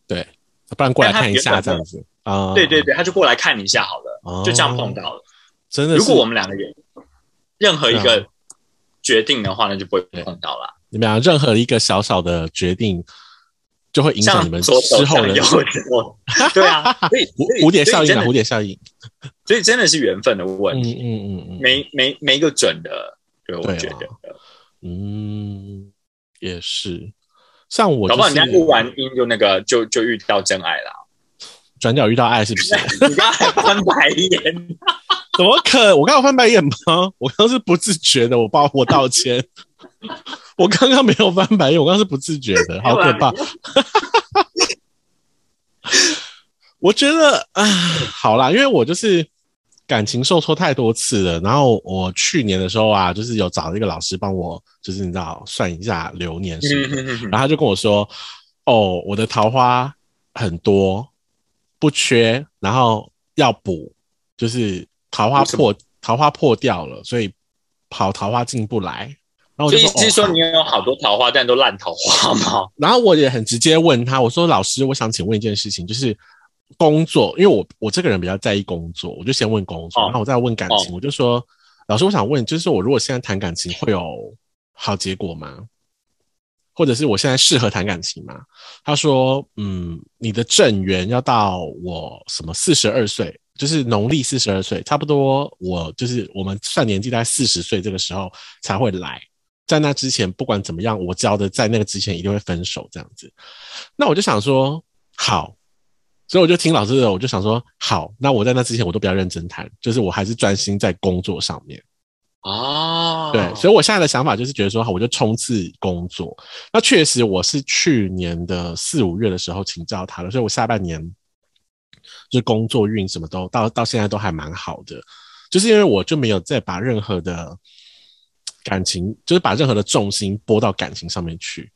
不然过来看一但下他这样子啊、对对对，他就过来看一下好了，哦就这样碰到，了。真的是。嗯如果我们两个有任何一个决定的话，那就不会碰到啦。你们俩任何一个小小的决定，就会影响你像们左手之后像的 右手，对啊，所以所以蝴蝴蝶效应啊，所以真蝴的蝶效应。所以真的是缘分的问嗯题，嗯嗯嗯，没没没一个准的，对，对我啊觉得，嗯，也是。像我、就搞是，不好人家录完音就那个就就遇到真爱啦。转角遇到爱，是不是？你刚才翻 白眼，怎么可？我刚刚有翻白眼吗？我刚刚是不自觉的，我帮我道歉。我刚刚没有翻白眼，我刚刚是不自觉的，好可怕。嗯我觉得啊，好啦，因为我就是感情受挫太多次了。然后我去年的时候啊，就是有找一个老师帮我，就是你知道算一下流年什嗯么的。然后他就跟我说：“哦，我的桃花很多，不缺，然后要补，就是桃花为什么破桃花破掉了，所以跑桃花进不来。”然后我就就意说：“思是哦说好你有好多桃花，但都烂桃花吗？然后我也很直接问他，我说：“老师，我想请问一件事情，就是工作，因为我我这个人比较在意工作，我就先问工作，哦然后我再问感情。我就说，老师，我想问，就是我如果现在谈感情会有好结果吗？或者是我现在适合谈感情吗？他说，嗯，你的正缘要到我什么四十二岁，就是农历四十二岁，差不多我就是我们算年纪大概四十岁这个时候才会来。在那之前，不管怎么样，我交的在那个之前一定会分手这样子。那我就想说，好，所以我就听老师的，我就想说，好，那我在那之前我都不要认真谈，就是我还是专心在工作上面。哦，对，所以我现在的想法就是觉得说，好我就冲刺工作。那确实，我是去年的四五月的时候请教他了，所以我下半年就是工作运什么都到到现在都还蛮好的，就是因为我就没有再把任何的感情，就是把任何的重心拨到感情上面去。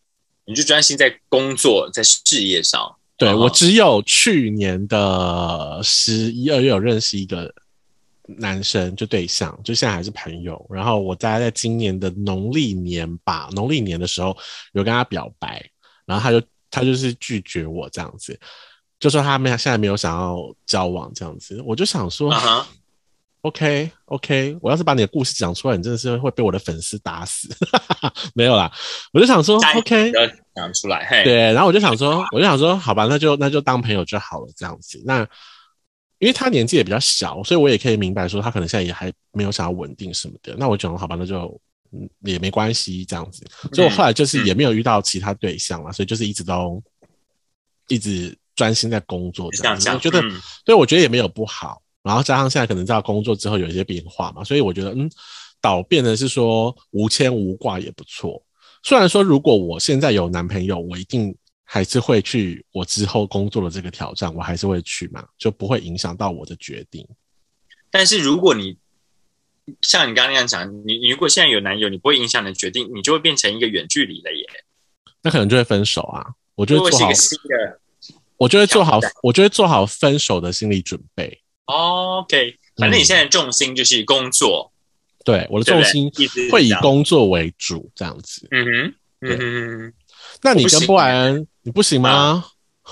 你就专心在工作，在事业上。对嗯我只有去年的十一二月有认识一个男生，就对象，就现在还是朋友。然后我大概在今年的农历年吧，农历年的时候有跟他表白，然后他就他就是拒绝我这样子，就说他没现在没有想要交往这样子。我就想说、啊哈， OK OK，我要是把你的故事讲出来，你真的是会被我的粉丝打死。 没有啦，我就想说下一 OK，不要讲出来，嘿，对，然后我就想说， 我就想说，好吧，那就那就当朋友就好了，这样子。那因为他年纪也比较小，所以我也可以明白说，他可能现在也还没有想要稳定什么的。那我讲好吧，那就嗯也没关系，这样子。嗯所以我后来就是也没有遇到其他对象了，所以就是一直都一直专心在工作这这样样子。讲，我觉得嗯对，我觉得也没有不好。然后加上现在可能到工作之后有一些变化嘛，所以我觉得嗯，倒变的是说无牵无挂也不错。虽然说如果我现在有男朋友，我一定还是会去我之后工作的这个挑战，我还是会去嘛，就不会影响到我的决定。但是如果你像你刚刚那样讲，你你如果现在有男友，你不会影响你的决定，你就会变成一个远距离了耶，那可能就会分手啊。我就如会做果是一好个，新的我就会做好挑战，我就会做好分手的心理准备。哦，OK，反正你现在的重心就是工作，对，我的对不嗯重对心一直会以这样工作为主，这样子。嗯哼，对嗯哼，那你我不跟行啊嗯布莱恩，你不行吗？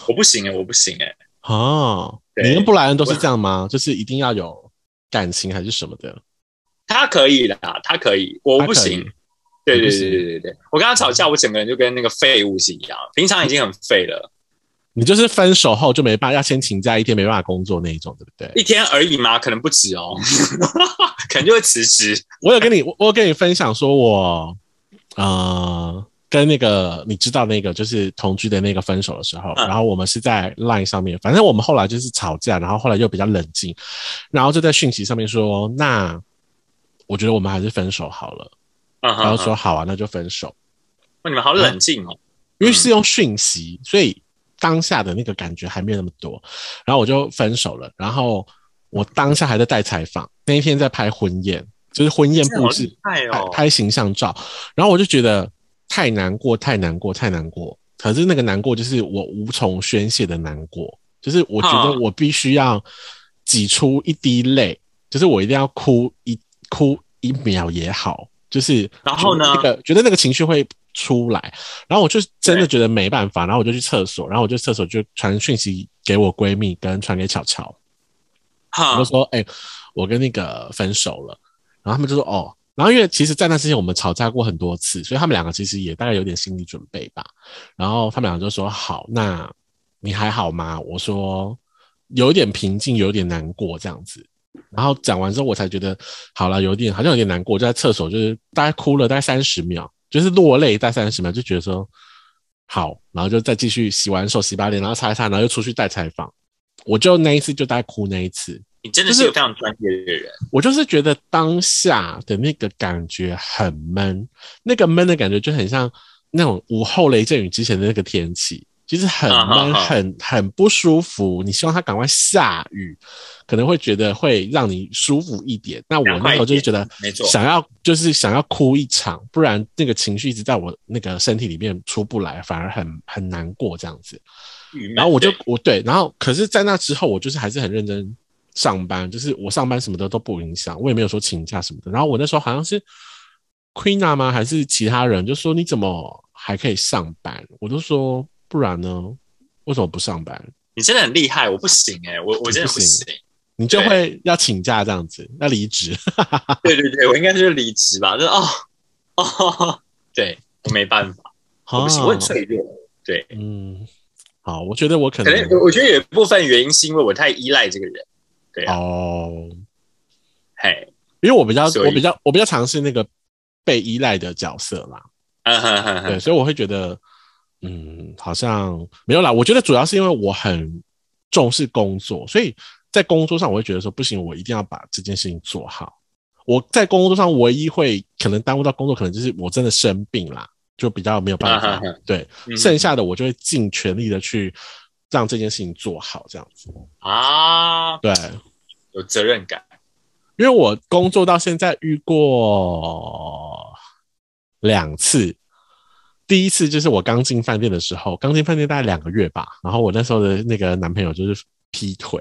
我不行哎，我不行哎，哦，对你跟布莱恩都是我这样吗？就是一定要有感情还是什么的？他可以啦，他可以，我他不可以行。对你不对行对对对对，我跟他吵架，我整个人就跟那个废物是一样，平常已经很废了，你就是分手后就没办法，要先请假一天，没办法工作那一种，对不对？一天而已嘛，可能不止哦， 可能就会辞职。我有跟你，我我有跟你分享说我，呃，跟那个你知道那个就是同居的那个分手的时候，嗯然后我们是在 LINE 上面，反正我们后来就是吵架，然后后来又比较冷静，然后就在讯息上面说，那我觉得我们还是分手好了，嗯然后哼说好啊，那就分手。哇，你们好冷静哦。因为是用讯息，所以当下的那个感觉还没有那么多。然后我就分手了，然后我当下还在带采访，那一天在拍婚宴，就是婚宴好布置厉、害拍哦！拍形象照，然后我就觉得太难过，太难过，太难过。可是那个难过就是我无从宣泄的难过，就是我觉得啊我必须要挤出一滴泪，就是我一定要哭一哭一秒也好，就是然后呢觉得那个觉得那个情绪会出来，然后我就真的觉得没办法，然后我就去厕所，然后我就厕所就传讯息给我闺蜜跟传给巧巧，我哈就，说，哎、我跟那个分手了。然后他们就说，哦，然后因为其实，在那之前我们吵架过很多次，所以他们两个其实也大概有点心理准备吧。然后他们两个就说，好，那你还好吗？我说有点平静，有点难过这样子。然后讲完之后，我才觉得好了，有点好像有点难过，就在厕所就是大概哭了大概三十秒，就是落泪大概三十秒，就觉得说好，然后就再继续洗完手、洗把脸，然后擦一擦，然后又出去带采访。我就那一次就大概哭那一次，你真的是一个非常专业的人。我就是觉得当下的那个感觉很闷，那个闷的感觉就很像那种午后雷阵雨之前的那个天气，就是很啊哈闷、哈很很不舒服。你希望它赶快下雨，可能会觉得会让你舒服一点。那我赶那快时候一就是点觉得没错想要就是想要哭一场，不然那个情绪一直在我那个身体里面出不来，反而很很难过这样子。郁闷然后我就对我对，然后可是，在那之后，我就是还是很认真上班，就是我上班什么的都不影响，我也没有说请假什么的。然后我那时候好像是 Queena 吗，还是其他人就说你怎么还可以上班？我就说不然呢，为什么不上班？你真的很厉害，我不行哎，我我真的不不行行。你就会要请假这样子，要离职。 对对对，我应该就是离职吧。就是哦哦，对我没办法。我不行，我很脆弱。对，嗯，好，我觉得我可可能能我觉得有一部分原因是因为我太依赖这个人。对啊，哦，嘿，因为我比较所以我比较我比较尝试那个被依赖的角色啦，嗯哼哼对，哼，所以我会觉得，嗯，好像没有啦。我觉得主要是因为我很重视工作，所以在工作上我会觉得说，不行，我一定要把这件事情做好。我在工作上唯一会可能耽误到工作，可能就是我真的生病啦，就比较没有办法。嗯哼对，嗯剩下的我就会尽全力的去让这件事情做好，这样子。嗯啊，对，有责任感。因为我工作到现在遇过两次，第一次就是我刚进饭店的时候，刚进饭店大概两个月吧，然后我那时候的那个男朋友就是劈腿，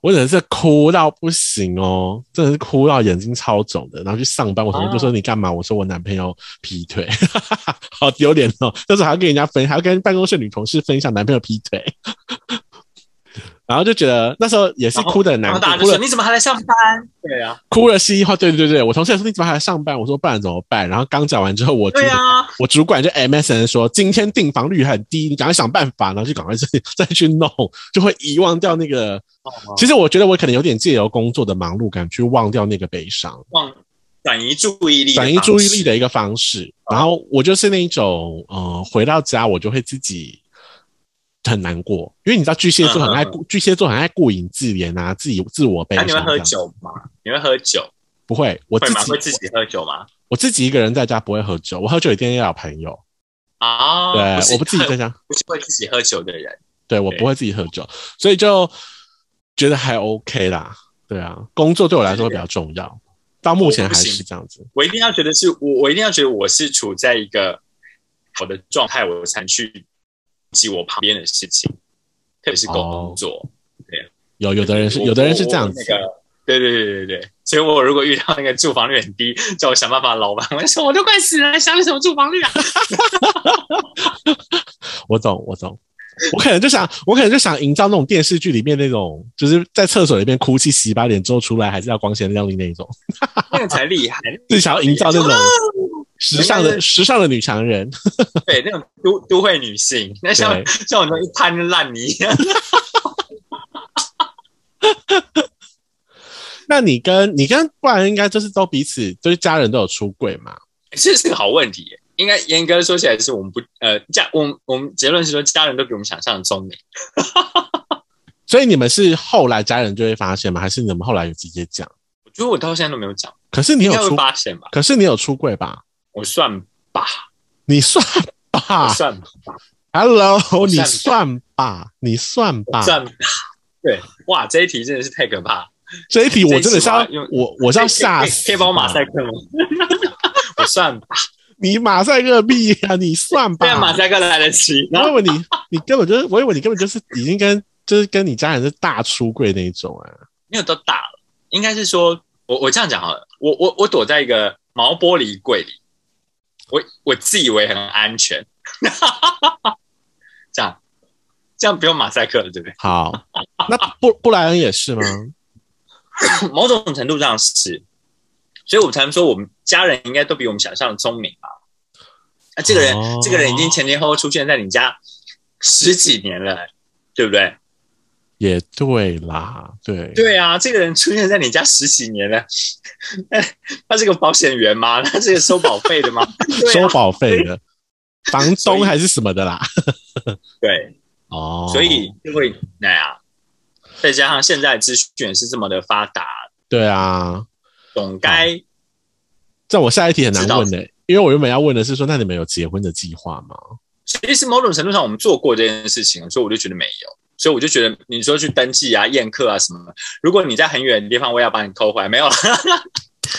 我真的是哭到不行哦，真的是哭到眼睛超肿的，然后去上班，我同事就哦说你干嘛？我说我男朋友劈腿， 好丢脸哦，那时候还要跟人家分，还要跟办公室女同事分享男朋友劈腿。 然后就觉得那时候也是然后哭的很难然后过，大家就哭说了你怎么还来上班？对啊，哭了稀里哗，对对对对，我同事也说你怎么还来上班？我说不然怎么办？然后刚讲完之后，我主对管、 啊，我主管就 MSN 说今天订房率很低，你赶快想办法，然后就赶快再再去弄，就会遗忘掉那个。哦其实我觉得我可能有点借由工作的忙碌感去忘掉那个悲伤，忘转移注意力，转移注意力。的一个方式。哦然后我就是那一种，呃，回到家我就会自己。很难过，因为你知道巨蟹座很爱嗯嗯顾，巨蟹座很爱顾影自怜啊，自己自我悲那、伤你这会样。喝酒吗？你会喝酒？不会，我会自吗？己会自己喝酒吗？我自己一个人在家不会喝酒，我喝酒一定要有朋友。啊，对，不是我不自己在家， 不是会自己喝酒的人。对我对不会自己喝酒，所以就觉得还 OK 啦。对啊，工作对我来说会比较重要，到目前还我不是行这样子。我一定要觉得是我，我一定要觉得我是处在一个好的状态，我才去记我旁边的事情，特别是工作。有有的人哦是我有的人是这样我子那，个对对对对对，所以我如果遇到那个住房率很低，叫我想办法老板，我就说我都快死了，想什么住房率啊？ 我懂我懂。我可能就想，我可能就想营造那种电视剧里面那种，就是在厕所里面哭泣洗把脸之后出来，还是要光鲜亮丽那一种，那个才厉害，就是想要营造那种啊时尚的对时尚的女强人。对，那种都都会女性，那像对像我那种一滩烂泥一样。那你跟你跟不然应该就是都彼此就是家人都有出柜嘛？这是个好问题耶。应该严格说起来，是我们不呃家，我们我们结论是说，家人都比我们想象的聪明。所以你们是后来家人就会发现吗？还是你们后来有直接讲？我觉得我到现在都没有讲，可是你应有该会出，发现吧？可是你有出柜吧？我算吧，你算我吧算吧， ，Hello，我你算算吧吧，你算我吧。算吧。对，哇，这一题真的是太可怕了。这一题我真的是要这一题我要用，我我是要吓可以可以死。可以帮我马赛克吗？ 我算吧，你马赛克币啊！你算虽然马吧。赛克来得及，然我以后为你，你根本就是，我以为你根本就是已经跟就是跟你家人是大出柜那一种啊。没有都大了，应该是说我我这样讲好了，我我我躲在一个毛玻璃柜里，我我自以为很安全，这样这样不用马赛克了，对不 对？好，那布布莱恩也是吗？某种程度上是，所以我才能说我们家人应该都比我们想象的聪明吧？啊，这个人、哦这个人已经前前后后出现在你家十几年了，对不对？也对啦，对，对啊，这个人出现在你家十几年了， 他是个保险员吗？他是个收保费的吗？对收啊，保费 的，房所以东还是什么的啦。对，哦，所以就会那样、再加上现在资讯也是这么的发达，对啊，总该、这我下一题很难知道问的、因为我原本要问的是说，那你们有结婚的计划吗？其实某种程度上我们做过这件事情，所以我就觉得没有。所以我就觉得，你说去登记啊、宴客啊什么，如果你在很远的地方，我也要把你扣回来。没有了，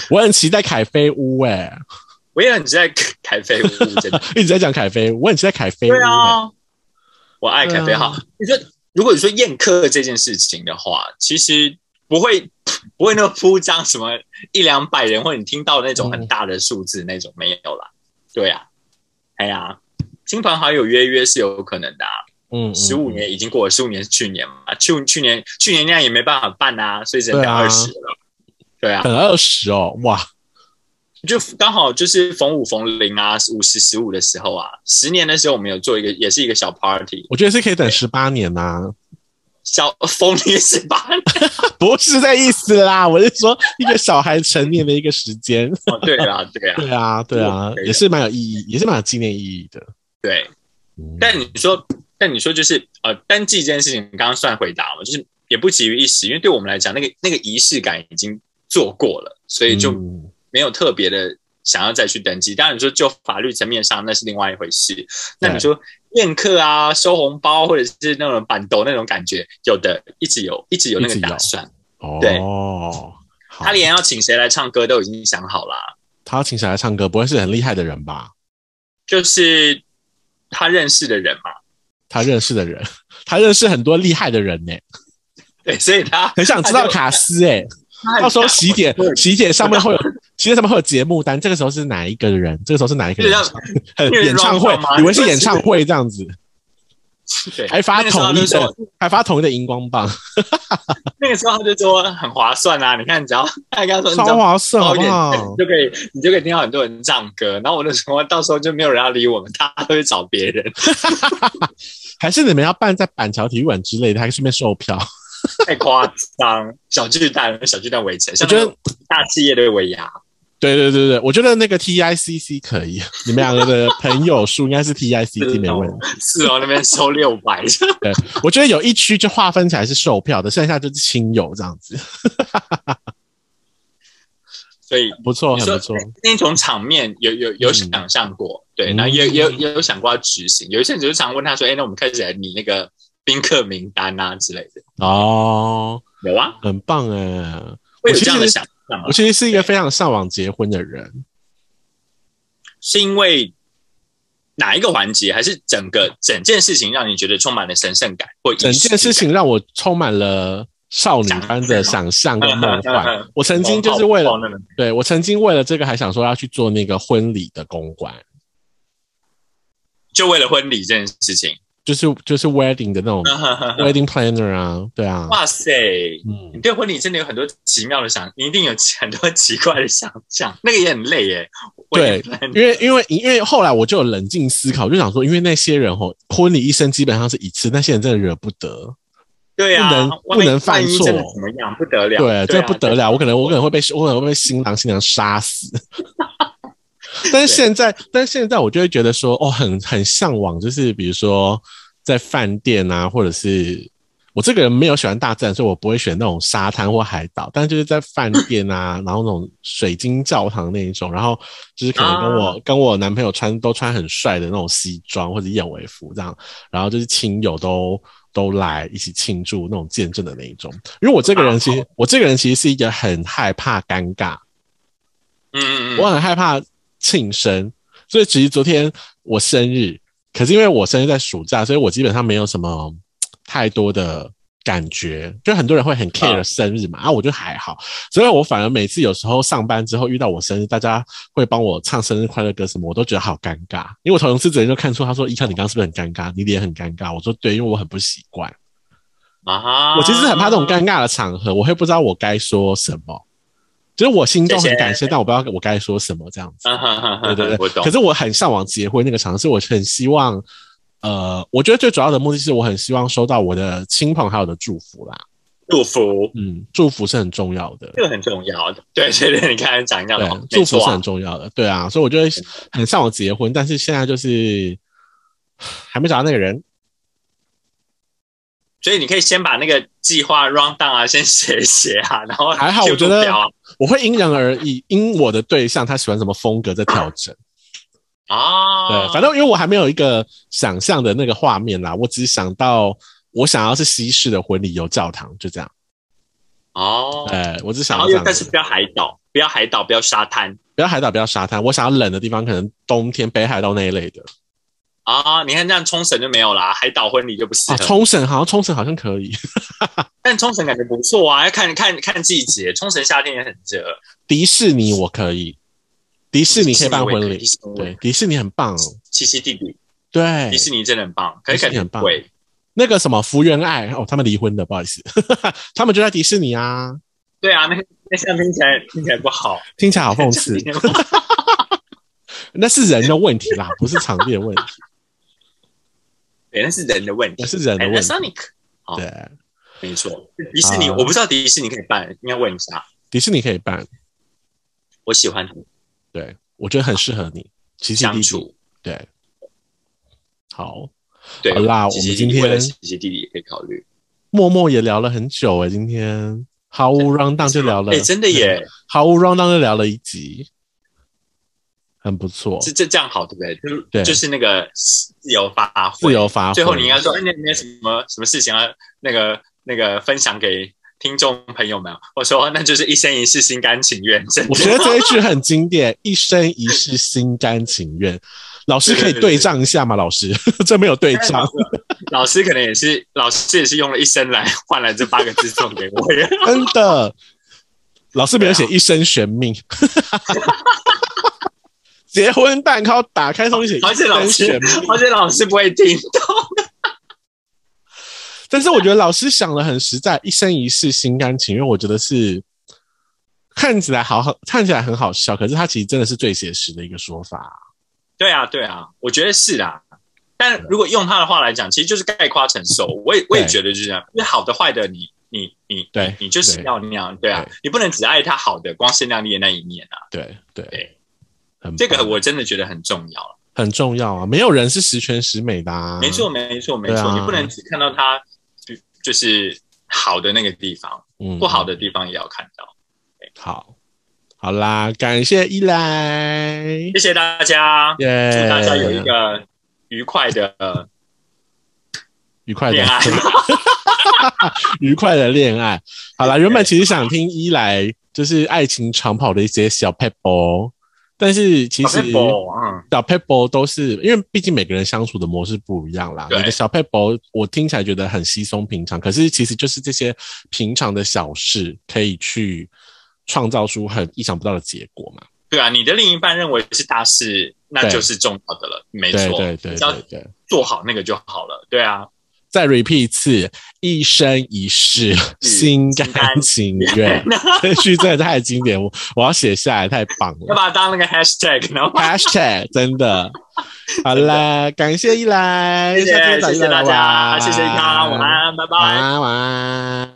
我很期待凯菲屋哎、 我也很期待 凯凯菲屋，真的。一直在讲凯菲屋，我很期待凯菲屋、对欸。啊，我爱凯菲。对啊好，你说如果你说宴客这件事情的话，其实不会 不会那么铺张，什么一两百人，或者你听到那嗯种很大的数字那种没有啦。对啊，哎呀，亲朋好友约约是有可能的、啊。嗯，嗯十五。年已经过了，十五年是去年嘛，去去年去年那样也没办法办啊，所以只能对等啊二十了。对啊，等二十哦，哇，就刚好就是逢五逢零啊，五十十五的时候啊，十年的时候我们有做一个，也是一个小 party，我觉得是可以等十八年啊呐、小逢零十八 不是这意思啦，我是说一个小孩成年的一个时间。哦，对啦， 对啊，对啊，对啊，也是蛮有意义，也是蛮有纪念意义的。对。嗯但你说，但你说就是呃，单季这件事情，你刚刚算回答嘛，就是也不急于一时，因为对我们来讲，那个那个仪式感已经做过了，所以就嗯没有特别的想要再去登记。当然，你说就法律层面上那是另外一回事。那你说宴客啊、收红包或者是那种板斗那种感觉，有的一直有，一直有那一个直有打算。对哦，好他连要请谁来唱歌都已经想好啊啦，他要请谁来唱歌，不会是很厉害的人吧？就是他认识的人嘛。他认识的人， 他认识很多厉害的人呢、对，所以他很想知道卡斯哎、他很到时候想喜点我喜点上面会有，喜点上面会有节目单，这个时候是哪一个人？这个时候是哪一个人就是？很因为演唱会 round down，嘛以为是演唱会这样 子，对还发那个时候统他一就说的，还发统一的荧光棒， 那个时候他就说很划算啊，你看只要 大家说你只超要划算，好包不一 点好？你就可以你就可以听到很多人唱歌，然后我那时候 到时候就没有人要理我们，大家都会找别人， 还是你们要办在板桥体育馆之类的，还顺便售 票？太夸张。小巨蛋，小巨蛋围城，我像觉那得种大企业都会围牙，对对对对，我觉得那个 TICC 可以，你们两个的朋友数应该是 TICC 没问题。四哦楼那边收六百， 对， 我觉得有一区就划分起来是售票的，剩下就是亲友这样 子，所以不错，你很说不错。那种场面有有有想象过，对，嗯然后也也有也有想过要执行。有一些人就常问他说：“哎，那我们开始来拟那个宾客名单啊之类的。哦，”有啊，很棒哎、我会有其这样的实想象啊我。其实是一个非常向往结婚的人，是因为哪一个环节，还是整个整件事情让你觉得充满了神圣感或仪式整件感事？情让我充满了少女般的想象跟梦啊 幻。我曾经就是为了哦那个对我曾经为了这个还想说要去做那个婚礼的公关，就为了婚礼这件事情。就是就是 wedding 的那种 wedding planner 啊，对啊， 嗯哇塞！嗯你，对婚礼真的有很多奇妙的想，你一定有很多奇怪的想象，那个也很累耶。我也对，因为因为因为后来我就有冷静思考，我就想说，因为那些人吼，婚礼一生基本上是一次，那些人真的惹不得，对啊，不能万不一能犯万一真的错怎么样？不得了，对，这啊不得了，我可能我可能会被我可能会被新郎新娘杀 死。但是现在，但是现在我就会觉得说，哦，很很向往，就是比如说在饭店啊，或者是我这个人没有喜欢大自然，所以我不会选那种沙滩或海岛，但就是在饭店啊，然后那种水晶教堂那一种，然后就是可能跟啊我、跟我男朋友穿都穿很帅的那种西装或者燕尾服这样，然后就是亲友都都来一起庆祝那种见证的那一种。因为我这个人其实我这个人其实是一个很害怕尴尬，嗯嗯嗯，我很害怕庆生，所以其实昨天我生日，可是因为我生日在暑假，所以我基本上没有什么太多的感觉。就很多人会很 care 啊生日嘛，啊，我就还好，所以我反而每次有时候上班之后遇到我生日，大家会帮我唱生日快乐歌什么，我都觉得好尴尬。因为我同事直接就看出，他说：“依康，你刚刚是不是很尴尬？你脸很尴尬。”我说：“对，因为我很不习惯。”啊，我其实很怕这种尴尬的场合，我会不知道我该说什么。就是我心中很感谢，但我不知道我该说什么这样子。啊哈哈哈，对对我对，懂可。是我很向往结婚那个场合，是我很希望。呃，我觉得最主要的目的是我很希望收到我的亲朋好友的祝福啦。祝福嗯，祝福是很重要的。这个很重要，对对对，你刚才讲一样对的，，祝福没错是啊很重要的，对啊，所以我就会很向往结婚，但是现在就是还没找到那个人。所以你可以先把那个计划 round down 啊，先写一写啊，然后还好就我觉得目标啊我会因人而异，因我的对象他喜欢什么风格在调整。啊，对，反正正因为我还没有一个想象的那个画面啦，我只想到我想要是西式的婚礼有教堂，就这样。哦，呃，我只想要然后这又样但是子，不要海岛，不要海岛，不要沙滩不要海岛，不要沙滩，我想要冷的地方，可能冬天北海道那一类的。啊，你看这样冲绳就没有啦，海岛婚礼就不适啊，合，冲绳好像冲绳好像可以，但冲绳感觉不错啊，要看看看季节，冲绳夏天也很热，迪士尼我可以，迪士尼可以办婚迪礼，士尼我也可对以，，迪士尼很棒哦，七七弟弟，对迪，士尼真的很棒，可迪是士感尼觉很棒贵 那个什么福原爱哦，他们离婚的，不好意思，他们就在迪士尼啊，对啊，那那像听起来听起来不好，听起来好讽 刺。那是人的问题啦，不是场地的问 题，对，那是人的问题，哎那是 人的问题 Panasonic，好对。没错，迪士尼、啊我不知道迪士尼可以办，应该问一下。迪士尼可以办，我喜欢他们对我觉得很适合你，奇奇弟相弟，处，对，好，对，好啦奇奇我们今弟弟天为了奇奇弟弟也可以考虑，默默也聊了很久诶、今天毫无 round down 就聊了，哎、真的耶，毫无 round down 就聊了一集，很不错，这这这样好，对不对？就是对就是那个自由发挥，自由发挥。最后你应该说，哎，那你有什么什么事情要那个那个分享给听众朋友们？我说那就是一生一世，心甘情愿。真我的觉得这一句很经典，“ 一生一世，心甘情愿”。老师可以对仗一下吗？老师， 这没有对仗， 老师可能也是，老师也是用了一生来换来这八个字送给我。 真的。老师没有写对“啊一生悬命”， 结婚蛋糕打开上面写“而一且老生师悬命，而且老师不会听到。”，但是我觉得老师想的很实在，“一生一世，心甘情愿”，我觉得是看起来好好，看起来很好笑，可是它其实真的是最写实的一个说法。对啊，对啊，我觉得是啦。但如果用他的话来讲，其实就是概括承受。我也我也啊对觉得就是这样，因为好的坏的你，你你你对你就是对要那样，对啊，对你不能只爱他好的光鲜亮丽的那一面啊。对对对，很这个棒我真的觉得很重要。很重要啊，没有人是十全十美的、啊，没错，，没错，没对错，啊你不能只看到他就就是好的那个地方，嗯不好的地方也要看到。好，好啦，感谢依来，谢谢大家，耶、祝大家有一个愉快的愉快的恋爱。愉快的恋爱。好啦，原本对其实想听依来就是爱情长跑的一些小 pebble，但是其实 Apple，嗯，小 pebble 都是因为毕竟每个人相处的模式不一样啦。对你的小 pebble 我听起来觉得很稀松平常，可是其实就是这些平常的小事可以去创造出很意想不到的结果嘛。对啊，你的另一半认为是大事，那对就是重要的了，没对错，对对你只要对对。做好那个就好了。对啊，再 repeat 一次，一生一嗯世，心甘情 愿。这句真的太经典，我我要写下来，太棒 了。要把它当那个 hashtag，然后 Hashtag 真的，好啦，感谢依来，谢谢下次再谢谢见大晚安家，谢谢他，晚安，拜拜晚。安，晚安。